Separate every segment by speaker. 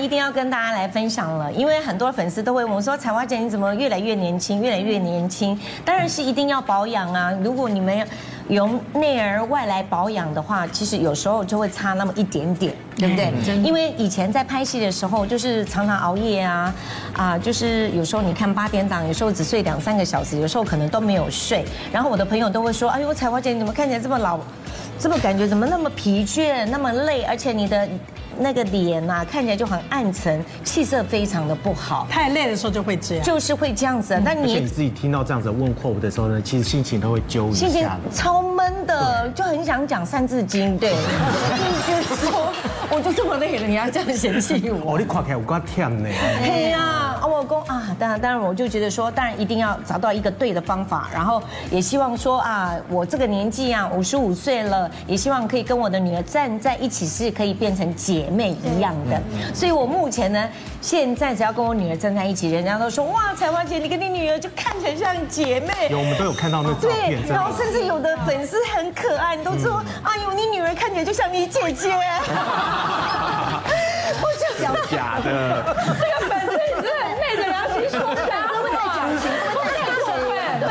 Speaker 1: 一定要跟大家来分享了，因为很多粉丝都会问我说：“彩花姐，你怎么越来越年轻，越来越年轻？”当然是一定要保养啊！如果你们由内而外来保养的话，其实有时候就会差那么一点点，对不对？因为以前在拍戏的时候，就是常常熬夜啊，啊，就是有时候你看八点档，有时候只睡两三个小时，有时候可能都没有睡。然后我的朋友都会说：“哎呦，彩花姐，你怎么看起来这么老？”这么感觉怎么那么疲倦，那么累，而且你的那个脸呐、看起来就很暗沉，气色非常的不好，
Speaker 2: 太累的时候就会这样。
Speaker 1: 就是会这样子。那
Speaker 3: 而且你
Speaker 1: 你
Speaker 3: 自己听到这样子的问候的时候呢，其实心情都会揪一
Speaker 1: 心情
Speaker 3: 下的。
Speaker 1: 超闷的，就很想讲《三字经》，对，就是说我就这么累了，你要这样嫌弃 我。
Speaker 3: 哦，你看起来有够忝呢。
Speaker 1: 嘿呀、啊，我公啊，当然当然，我就觉得说，当然一定要找到一个对的方法，然后也希望说啊，我这个年纪啊，五十五岁了，也希望可以跟我的女儿站在一起，是可以变成姐妹一样
Speaker 3: 嗯
Speaker 1: 的。所以我目前呢，现在只要跟我女儿站在一起，人家都说哇，彩花姐，你跟你女儿就看起来像姐妹。
Speaker 3: 有，我们都有看到那照
Speaker 1: 对
Speaker 3: 片，，真
Speaker 1: 然后
Speaker 3: 的。嗯
Speaker 1: 甚至有的粉丝很可爱，都说：“哎呦，你女儿看起来就像你姐啊姐。”我就想
Speaker 3: 假的，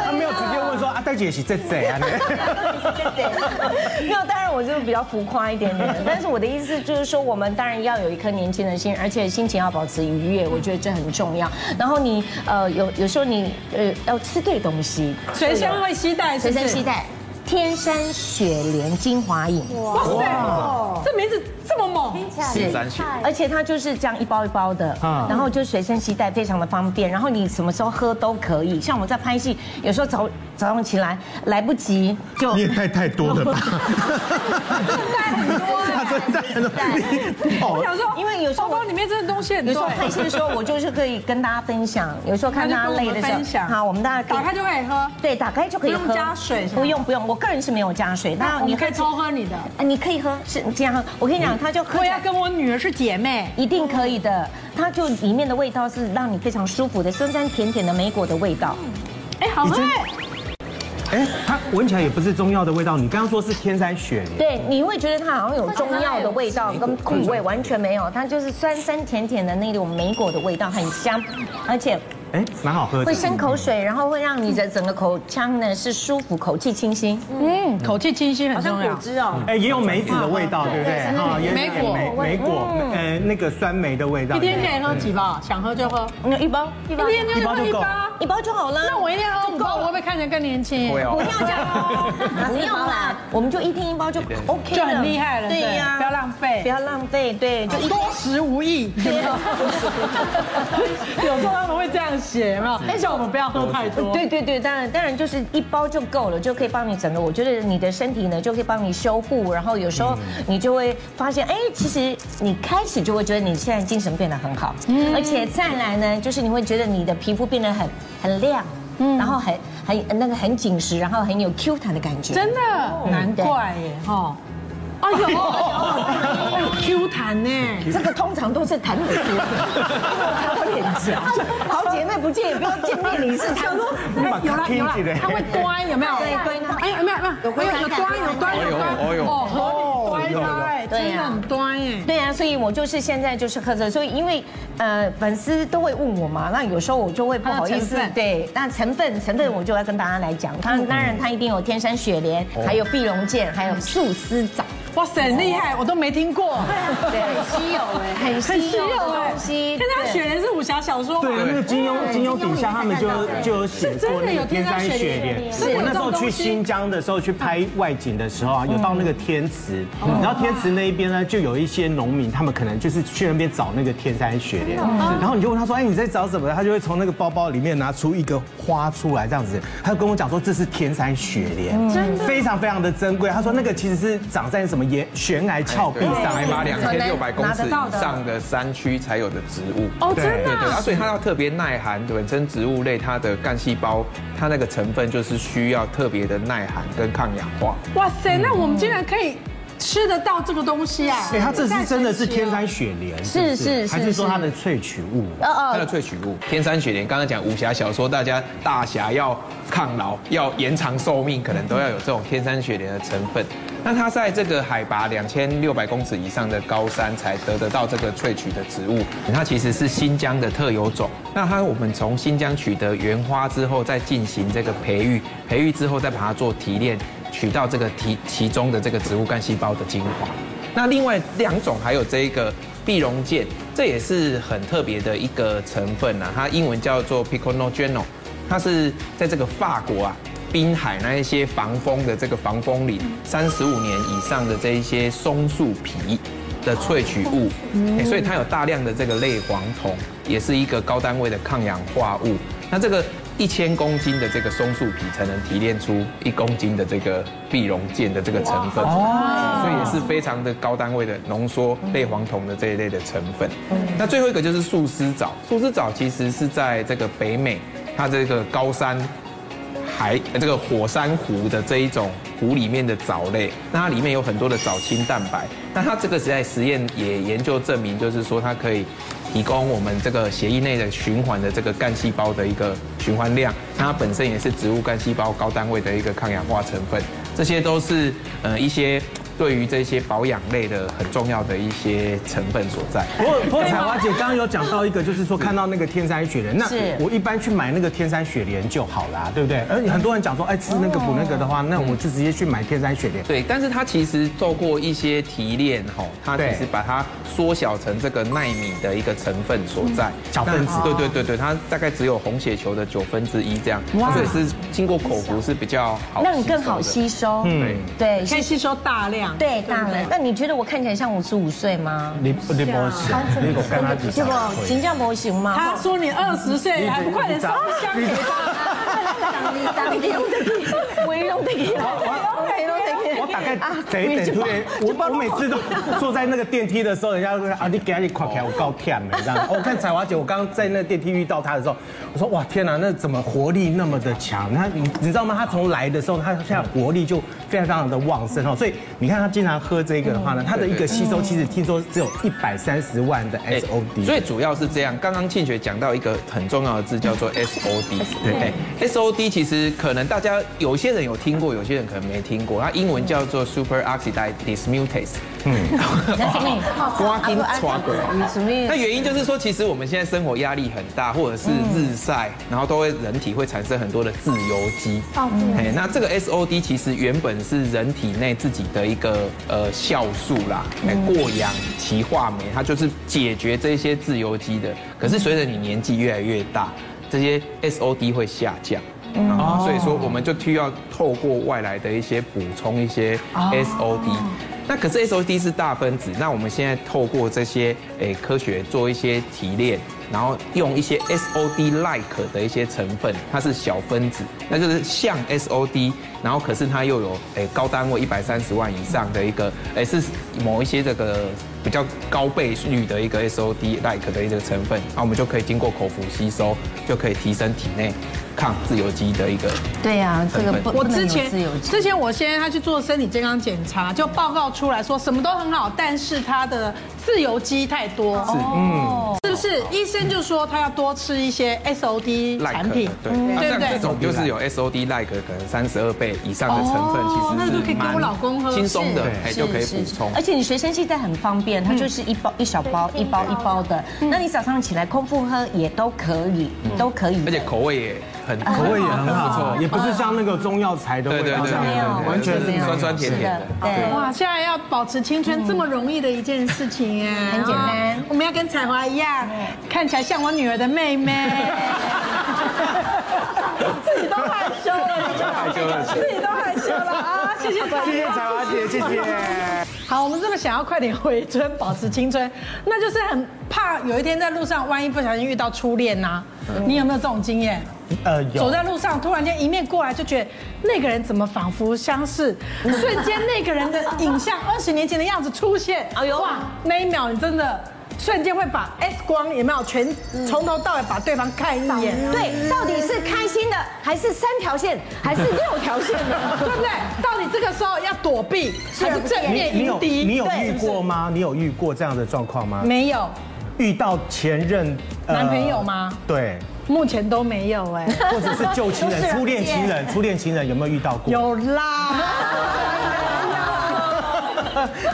Speaker 3: 他没有直接问说啊，戴姐是在谁啊？
Speaker 1: 没有，当然我就是比较浮夸一点点，但是我的意思就是说，我们当然要有一颗年轻的心，而且心情要保持愉悦，我觉得这很重要。然后你呃有有时候你呃要吃对东西，
Speaker 2: 随身会携带，
Speaker 1: 随
Speaker 2: 是不
Speaker 1: 身
Speaker 2: 是
Speaker 1: 携，带天山雪莲精华饮，
Speaker 2: 哇塞，这名字这么猛，
Speaker 1: 是
Speaker 4: 沾血
Speaker 1: 而且它就是这样一包一包的，
Speaker 3: 嗯
Speaker 1: 然后就随身携带，非常的方便。然后你什么时候喝都可以。像我们在拍戏，有时候早早上起来来不及，就
Speaker 3: 你也带太多了吧？带很多，真的带很多。
Speaker 2: 我
Speaker 3: 哦，
Speaker 2: 想说，
Speaker 1: 因为有时候
Speaker 2: 包包里面这个东西很
Speaker 1: 有时
Speaker 2: 多
Speaker 1: 候，拍戏的时候，我就是可以跟大家分享。有时候看大家累的
Speaker 2: 那就跟我们分
Speaker 1: 时候，
Speaker 2: 享
Speaker 1: 好，我们大家可以
Speaker 2: 打开就可以喝，
Speaker 1: 对，打开就可以喝，
Speaker 2: 不用加水
Speaker 1: 不用不用，我个人是没有加水。那
Speaker 2: 你
Speaker 1: 你
Speaker 2: 可
Speaker 1: 可
Speaker 2: 以
Speaker 1: 以，
Speaker 2: 偷喝你的。
Speaker 1: 啊你可以喝，是这样喝。我跟你讲，它就喝
Speaker 2: 我
Speaker 1: 起
Speaker 2: 要
Speaker 1: 来。
Speaker 2: 跟我女儿是姐妹，
Speaker 1: 一定可以的，它就里面的味道是让你非常舒服的，酸酸甜甜的莓果的味道。
Speaker 2: 哎，好喝
Speaker 3: 已经
Speaker 2: 哎，
Speaker 1: 嗯
Speaker 3: 哎，它闻起来也不是中药的味道，你刚刚说是天山雪莲。
Speaker 1: 对，你会觉得它好像有中药的味
Speaker 2: 嗯
Speaker 1: 道跟苦味，完全没有，它就是酸酸甜甜的那种莓果的味道，很香，而且
Speaker 3: 哎，蛮好喝的。
Speaker 1: 会生口水，然后会让你的整个口腔呢是舒服，口气清新。
Speaker 2: 嗯，口气清新很重要。
Speaker 1: 啊
Speaker 3: 哎，也有梅子的味道，对不对？哈，也有
Speaker 2: 梅果
Speaker 3: 梅梅果，呃，那个酸梅的味道。
Speaker 2: 一天可以喝几包？想喝就喝，
Speaker 1: 那嗯一包
Speaker 2: 一天就喝一
Speaker 3: 一包就够
Speaker 2: 包。
Speaker 1: 一包就好了。
Speaker 2: 那我一天喝五包，我会不会看起来更年轻？
Speaker 4: 会
Speaker 1: 不
Speaker 4: 哦，
Speaker 1: 要这样哦， 不用啦，我们就一天一包就 OK 了，
Speaker 2: 就很厉害了，
Speaker 1: 对呀，
Speaker 2: 不要浪费，
Speaker 1: 不要浪费，对，就一
Speaker 2: 多食无益。有时候他们会这样写，有没有？但是我们不要喝太多。
Speaker 1: 对对对，当然当然就是一包就够了，就可以帮你整个，我觉得你的身体呢就可以帮你修护，然后有时候你就会发现，哎，其实你开始就会觉得你现在精神变得很好，而且再来呢，就是你会觉得你的皮肤变得很很亮，然后很很那个很紧实，然后很有 Q 弹的感觉，
Speaker 2: 真的，难怪耶，哈。哎呦哎呦，Q 弹呢？
Speaker 1: 这个通常都是谈脸皮，他会脸颊。好姐妹不见也不要见面礼是谈说，
Speaker 2: 哎有啦有啦
Speaker 3: 听起来，
Speaker 2: 他会端有没有？
Speaker 1: 对端它
Speaker 2: 哎有没有没有？有有端有端有端，
Speaker 4: 哦呦
Speaker 2: 哦，合理端它哎，
Speaker 1: 对呀
Speaker 2: 真的很端哎。
Speaker 1: 对啊，所以我就是现在就是喝着，所以因为呃粉丝都会问我嘛，那有时候我 就会不好意思
Speaker 2: 它的成分，
Speaker 1: 对，那成分成分我就要跟大家来讲，它当然它一定有天山雪莲，还有碧龙剑，还有素丝藻，
Speaker 2: 哇塞，很厉害，我都没听过。
Speaker 1: 对，很稀有哎，很稀有的东西，
Speaker 2: 天山雪莲是武侠小说吧？
Speaker 3: 对，那个金庸金庸底下他们就就有写过那个天山雪
Speaker 2: 是真的有天
Speaker 3: 莲。
Speaker 2: 山雪莲
Speaker 3: 我那时候去新疆的时候去拍外景的时候啊，有到那个天池，然后天池那一边呢就有一些农民，他们可能就是去那边找那个天山雪莲，然后你就问他说，哎，你在找什么？他就会从那个包包里面拿出一个花出来，这样子，他就跟我讲说这是天山雪莲，真的非常非常的珍贵。他说那个其实是长在什么岩悬崖峭壁
Speaker 4: 哎对，
Speaker 3: 上，
Speaker 4: 海拔两千六百公
Speaker 1: 哦拿
Speaker 4: 尺
Speaker 1: 得到的
Speaker 4: 以上的山区才有的植物。
Speaker 2: 哦，真的
Speaker 3: 对
Speaker 4: 对对，
Speaker 2: 啊。
Speaker 4: 啊，所以它要特别耐寒，本身植物类它的干细胞，它那个成分就是需要特别的耐寒跟抗氧化。
Speaker 2: 哇塞，那我们竟然可以吃得到这个东西啊！
Speaker 3: 哎，它这
Speaker 2: 太神
Speaker 3: 是真的是
Speaker 2: 奇
Speaker 3: 天
Speaker 2: 了
Speaker 3: 山雪莲，
Speaker 1: 是
Speaker 3: 不
Speaker 1: 是是
Speaker 3: 还是说它的萃取物？啊
Speaker 1: 呃
Speaker 4: 它
Speaker 1: 呃
Speaker 4: 的萃取物，天山雪莲，刚刚讲武侠小说，大家大侠要抗老、要延长寿命，可能都要有这种天山雪莲的成分。那它在这个海拔两千六百公尺以上的高山才得得到这个萃取的植物，它其实是新疆的特有种。那它我们从新疆取得原花之后，再进行这个培育，培育之后再把它做提炼，取到这个提其中的这个植物干细胞的精华。那另外两种还有这个碧溶剑，这也是很特别的一个成分啊，它英文叫做 piconogeno，它是在这个法国啊。滨海那一些防风的这个防风林，三十五年以上的这一些松树皮的萃取物，哎所以它有大量的这个类黄酮，也是一个高单位的抗氧化物。那这个一千公斤的这个松树皮才能提炼出一公斤的这个碧溶剑的这个成分，所以也是非常的高单位的浓缩类黄酮的这一类的成分。那最后一个就是树丝藻，树丝藻其实是在这个北美，它这个高山海呃这个火山湖的这一种湖里面的藻类，那它里面有很多的藻清蛋白。那它这个在实验也研究证明，就是说它可以提供我们这个血液内的循环的这个干细胞的一个循环量。那它本身也是植物干细胞高单位的一个抗氧化成分，这些都是呃一些对于这些保养类的很重要的一些成分所在。
Speaker 3: 不过，不过彩华姐刚刚有讲到一个，就是说看到那个天山雪莲，那
Speaker 5: 是
Speaker 3: 我一般去买那个天山雪莲就好啦，对不对？而很多人讲说，哎，吃那个补那个的话，那我就直接去买天山雪莲。
Speaker 4: 对，但是它其实透过一些提炼，吼，它其
Speaker 3: 对
Speaker 4: 实把它缩小成这个纳米的一个成分所在，
Speaker 3: 嗯小分子哦
Speaker 4: 那对对对对，它大概只有红血球的九分之一这样，所以是经过口服是比较好，
Speaker 5: 让你更好。吸收。
Speaker 4: 对
Speaker 5: 嗯，对，
Speaker 2: 可以吸收大量。
Speaker 5: 对，当然。那你觉得我看起来像五十五岁吗？
Speaker 3: 你你不是，你我跟他比
Speaker 5: 这个形象模型嘛，
Speaker 2: 他说你二十岁还不快点烧香给
Speaker 5: 你当你微容的微容的
Speaker 3: 我大概贼等突然，我我每次都坐在那个电梯的时候，人家都说啊，你给你快开，我高跳没这样。哦我看彩华姐，我刚刚在那个电梯遇到她的时候，我说哇天哪、那怎么活力那么的强？她你你知道吗？她从来的时候，她现在活力就非常非常的旺盛哦。所以你看她经常喝这个的话呢，她的一个吸收其实听说只有一百三十万的
Speaker 4: 哎
Speaker 3: SOD，
Speaker 4: 最主要是这样。刚刚庆学讲到一个很重要的字，叫做 SOD。对，SOD 其实可能大家有些人有听过，有些人可能没听过。它英文叫做 superoxide dismutase。嗯，
Speaker 5: 那什么？
Speaker 4: 瓜丁抓鬼。
Speaker 5: 什么
Speaker 1: 嗯
Speaker 5: 意
Speaker 4: 那
Speaker 5: 思？
Speaker 4: 原因就是说，其实我们现在生活压力很大，或者是日晒，然后都会人体会产生很多的自由基。哦，哎，那这个 SOD 其实原本是人体内自己的一个呃酵素啦，哎，过氧歧化酶，它就是解决这些自由基的。可是随着你年纪越来越大，这些 SOD 会下降。然后所以说我们就需要透过外来的一些补充一些 SOD。那可是 SOD 是大分子，那我们现在透过这些诶科学做一些提炼，然后用一些 SOD-like 的一些成分，它是小分子，那就是像 SOD，然后可是它又有诶高单位一百三十万以上的一个诶是某一些这个比较高倍率的一个 SOD-like 的一个成分，那我们就可以经过口服吸收，就可以提升体内抗自由基的一个
Speaker 5: 对呀，这个不不
Speaker 2: 我
Speaker 5: 能
Speaker 2: 之
Speaker 5: 有
Speaker 2: 前
Speaker 5: 自由基
Speaker 2: 之前我先生他去做身体健康检查，就报告出来说什么都很好，但是他的自由基太多，
Speaker 5: 哦，
Speaker 2: 是不是？医生就说他要多吃一些 SOD 产品，
Speaker 4: 对，那
Speaker 2: 对不
Speaker 4: 像这
Speaker 2: 对？
Speaker 4: 种就是有 SOD like 可能三十二倍以上的成分，
Speaker 2: 哦那就可
Speaker 4: 其实
Speaker 2: 以
Speaker 4: 是
Speaker 2: 给我
Speaker 4: 蛮
Speaker 2: 老公喝
Speaker 4: 轻松的
Speaker 2: 是，
Speaker 4: 哎，
Speaker 5: 是
Speaker 4: 就可以补
Speaker 5: 是是
Speaker 4: 充。
Speaker 5: 而且你随身携带很方便，它就是一包一小包一包一包的，那你早上起来空腹喝也都可以，都可以的。
Speaker 4: 而且口味也很
Speaker 3: 口味也很
Speaker 4: 不
Speaker 3: 好，
Speaker 4: 错
Speaker 3: 也不是像那个中药材的味
Speaker 4: 对对
Speaker 3: 道
Speaker 4: 对
Speaker 3: 这样
Speaker 5: 没有，
Speaker 3: 子，完全
Speaker 4: 对对
Speaker 3: 是
Speaker 4: 对酸酸甜
Speaker 5: 是
Speaker 4: 甜
Speaker 5: 的
Speaker 4: 的，
Speaker 5: 对。
Speaker 2: 哇，现在要保持青春这么容易的一件事情耶，
Speaker 5: 嗯很简单
Speaker 2: 哦我们要跟彩华一样，看起来像我女儿的妹妹。 自己都害羞了，
Speaker 4: 羞了
Speaker 2: 自己都害羞了啊！谢谢彩华，
Speaker 3: 谢谢彩华姐，谢谢。
Speaker 2: 好，我们这么想要快点回春，保持青春，那就是很怕有一天在路上，万一不小心遇到初恋呐、你有没有这种经验？
Speaker 3: 呃，有
Speaker 2: 走在路上，突然间迎面过来，就觉得那个人怎么仿佛相 似，瞬间那个人的影像，二十年前的样子出现。哎
Speaker 5: 哎
Speaker 2: 呦，
Speaker 5: 呦
Speaker 2: 哇，那一秒你真的瞬间会把 X 光有没有全从头到尾把对方看一眼，
Speaker 1: 对，到底是开心的还是三条线还是六条线呢？
Speaker 2: 对不对？到底这个时候要躲避还是正
Speaker 3: 你
Speaker 2: 面
Speaker 3: 啊你
Speaker 2: 迎
Speaker 3: 有
Speaker 2: 敌？
Speaker 3: 你有
Speaker 2: 对
Speaker 3: 遇过？吗？你有遇过这样的状况吗？
Speaker 2: 没有，
Speaker 3: 遇到前任呃
Speaker 2: 男朋友吗？
Speaker 3: 对，
Speaker 2: 目前都没有 哎。
Speaker 3: 或者是旧情人、初恋情人、初恋情人有没有遇到过？
Speaker 2: 有啦。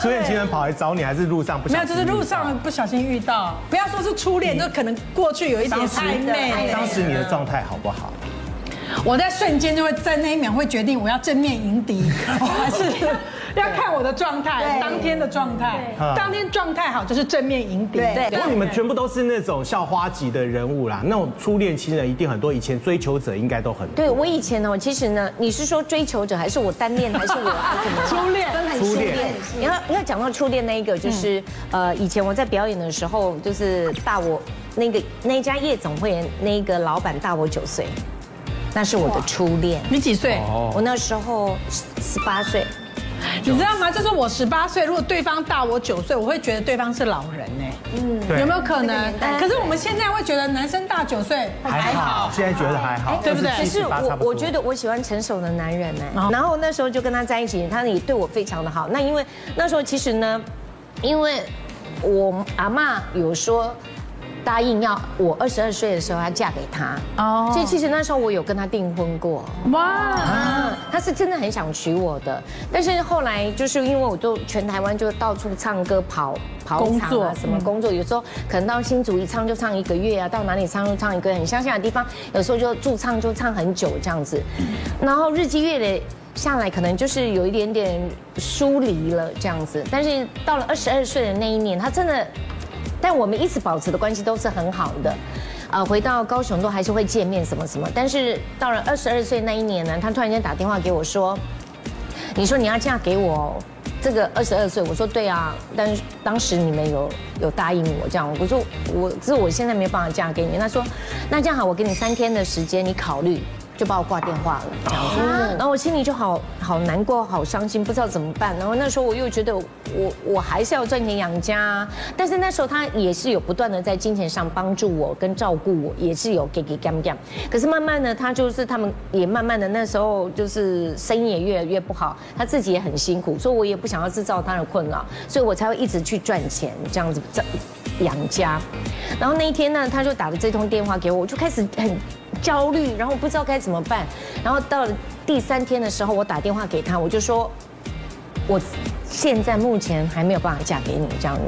Speaker 3: 初恋情人跑来找你，还是路上不小
Speaker 2: 没
Speaker 3: 心
Speaker 2: 有，就是路上不小心遇到，不要说是初
Speaker 3: 嗯
Speaker 2: 恋，就可能过去有一点
Speaker 3: 当时
Speaker 2: 暧昧。
Speaker 3: 当时你的状态好不好？
Speaker 2: 我在瞬间就会在那一秒会决定我要正面迎 敌，还是要看我的状态，当天的状态
Speaker 3: 对。
Speaker 2: 当天状态好就是正面迎敌。
Speaker 1: 对
Speaker 3: 不过你们全部都是那种校花级的人物啦，那种初恋情人一定很多，以前追求者应该都很多。
Speaker 1: 对我以前哦，其实呢，你是说追求者，还是我单恋，还是我啊怎么初恋？分很
Speaker 3: 初
Speaker 1: 初
Speaker 3: 恋
Speaker 1: 恋。你要要讲到初恋那一个，就是呃，以前我在表演的时候，就是大我那个那一家夜总会那个老板大我九岁，那是我的初恋。
Speaker 2: 你几岁？
Speaker 1: 我那时候十八岁，
Speaker 2: 你知道吗？就是我十八岁，如果对方大我九岁，我会觉得对方是老人哎，
Speaker 1: 嗯
Speaker 3: 对
Speaker 2: 有没有可能？可是我们现在会觉得男生大九岁还好，
Speaker 3: 现在觉得还好，
Speaker 2: 对不对
Speaker 3: 27
Speaker 1: 可是
Speaker 3: 28差
Speaker 1: 我
Speaker 3: 不多
Speaker 1: 我觉得我喜欢成熟的男人呢
Speaker 2: 哦。
Speaker 1: 然后那时候就跟他在一起，他也对我非常的好。那因为那时候其实呢，因为我阿妈有说。答应要我二十二岁的时候要嫁给他
Speaker 2: 哦
Speaker 1: 哦，所以其实那时候我有跟他订婚过，
Speaker 2: 哇，
Speaker 1: 啊，他是真的很想娶我的，但是后来就是因为我就全台湾就到处唱歌跑跑
Speaker 2: 工
Speaker 1: 场
Speaker 2: 作嗯
Speaker 1: 啊，什么工作，有时候可能到新竹一唱就唱一个月啊，到哪里唱就唱一个月，很乡下的地方，有时候就驻唱就唱很久这样子，
Speaker 2: 嗯
Speaker 1: 然后日积月累。下来可能就是有一点点疏离了这样子，但是到了二十二岁的那一年，他真的但我们一直保持的关系都是很好的，呃，回到高雄都还是会见面什么什么。但是到了二十二岁那一年呢，他突然间打电话给我说：“你说你要嫁给我哦，这个二十二岁。”我说：“对啊，但是当时你们有有答应我这样。”我说：“我可是我现在没有办法嫁给你。”他说：“那这样好，我给你三天的时间，你考虑。”就把我挂电话了，这样子，然后我心里就好好难过，好伤心，不知道怎么办。然后那时候我又觉得我我还是要赚钱养家、啊，但是那时候他也是有不断的在金钱上帮助我跟照顾我，也是有给给干干。可是慢慢的，他就是他们也慢慢的那时候就是生意也越来越不好，他自己也很辛苦，所以我也不想要制造他的困扰，所以我才会一直去赚钱这样子这养家。然后那一天呢，他就打了这通电话给我，我就开始很焦虑，然后不知道该怎么办。然后到了第三天的时候，我打电话给他，我就说，我现在目前还没有办法嫁给你这样子。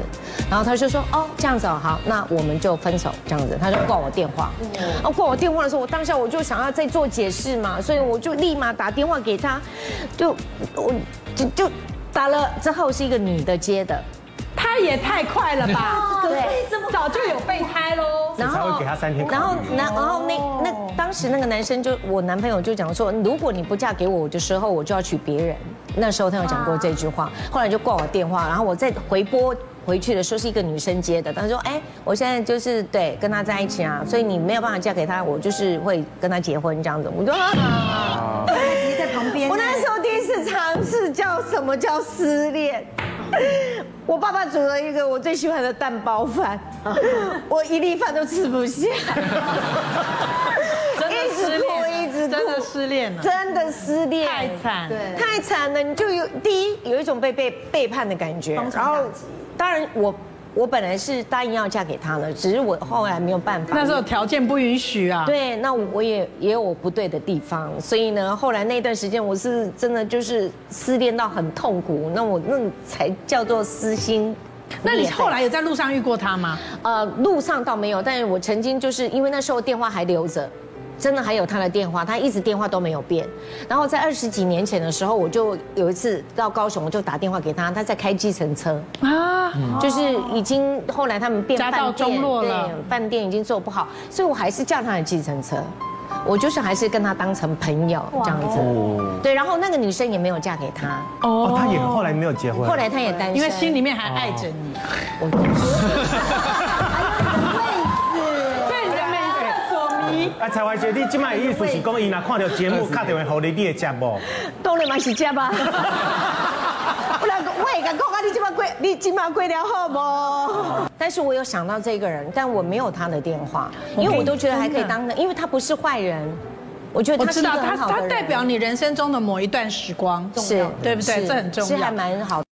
Speaker 1: 然后他就说，哦，这样子哦，好，那我们就分手这样子。他就挂我电话。啊，挂我电话的时候，我当下我就想要再做解释嘛，所以我就立马打电话给他，就我就就打了之后是一个女的接的。
Speaker 2: 他也太快了吧？
Speaker 1: 对
Speaker 2: 早就有备胎喽。
Speaker 1: 然
Speaker 3: 才会给他三天考虑
Speaker 1: 然后男，然后那
Speaker 6: 哦
Speaker 1: 那当时那个男生就我男朋友就讲说，如果你不嫁给我的时候，我就要娶别人。那时候他有讲过这句
Speaker 6: 啊
Speaker 1: 话，后来就挂我电话，然后我再回拨。回去的时候是一个女生接的，她说：“哎、我现在就是对跟他在一起啊，所以你没有办法嫁给他，我就是会跟他结婚这样子。”我就啊，
Speaker 6: 你在旁边，
Speaker 1: 我那时候第一次尝试叫什么叫失恋。我爸爸煮了一个我最喜欢的蛋包 饭，我一粒饭都吃不下，
Speaker 2: 真的
Speaker 1: 一
Speaker 2: 失
Speaker 1: 直哭
Speaker 2: 恋，
Speaker 1: 一直
Speaker 2: 真的
Speaker 1: 哭，
Speaker 2: 失恋了，
Speaker 1: 真的失恋，
Speaker 2: 太惨。对。
Speaker 1: 太惨了，你就有第一有一种被被背叛的感觉，然后当然我我本来是答应要嫁给他了，只是我后来没有办法，
Speaker 2: 那时候条件不允许啊。
Speaker 1: 对，那我也也有我不对的地方，所以呢，后来那段时间我是真的就是失恋到很痛苦，那我那才叫做私心。
Speaker 2: 那你后来有在路上遇过他吗？
Speaker 1: 呃路上倒没有，但是我曾经就是因为那时候电话还留着。真的还有他的电话，他一直电话都没有变。然后在二十几年前的时候，我就有一次到高雄，我就打电话给他，他在开计程车。
Speaker 2: 啊，
Speaker 1: 就是已经后来他们变
Speaker 2: 家
Speaker 1: 饭
Speaker 2: 哦道
Speaker 1: 店，
Speaker 2: 中落了
Speaker 1: 对，饭店已经做不好，所以我还是叫他的计程车，我就是还是跟他当成朋友这样子。对，然后那个女生也没有嫁给他，
Speaker 3: 哦，他也后来没有结婚，
Speaker 1: 后来他也单身，
Speaker 2: 因为心里面还爱着你。 对，你的美色所迷。
Speaker 3: 啊，才华姐，你今卖意思是讲，伊若看到节目，打电话给你，你会接无？
Speaker 1: 当然嘛是嫁吧。 不然我也敢讲啊，你今晚过，你今晚过了好不？但是我有想到这个人，但我没有他的电话，因为我都觉得还可以当，因为他不是坏人，我觉得
Speaker 2: 我
Speaker 1: 他是
Speaker 2: 知
Speaker 1: 一个
Speaker 2: 道，
Speaker 1: 很
Speaker 2: 他
Speaker 1: 好的
Speaker 2: 他
Speaker 1: 人
Speaker 2: 代表你人生中的某一段时光，
Speaker 1: 是
Speaker 2: 对不对？
Speaker 1: 是
Speaker 2: 这很重
Speaker 1: 是
Speaker 2: 要
Speaker 1: 还。蛮好的。